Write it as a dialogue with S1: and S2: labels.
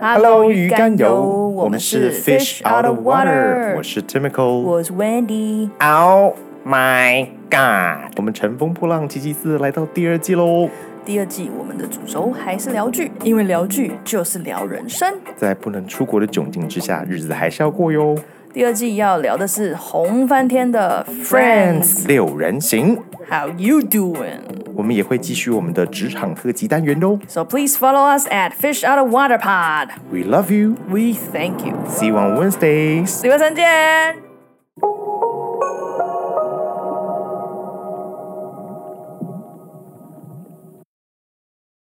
S1: Hello，
S2: 鱼
S1: 竿
S2: 油，
S1: 我们是 Fish Out of Water，我是 Timical。
S2: 我是 Wendy。
S1: Oh my God！我们乘风破浪七七四来到第二季喽。
S2: 第二季我们的主轴还是聊剧，因为聊剧就是聊人生。
S1: 在不能出国的窘境之下，日子还是要过哟。
S2: 第二季要聊的是红翻天的 Friends。
S1: Friends 六人行，
S2: How you doing?
S1: 我们也会继续我们的职场特辑单元哦喽。
S2: So please follow us at Fish Out of Water Pod.
S1: We love you.
S2: We thank you.
S1: See you on Wednesdays.
S2: 礼拜三见。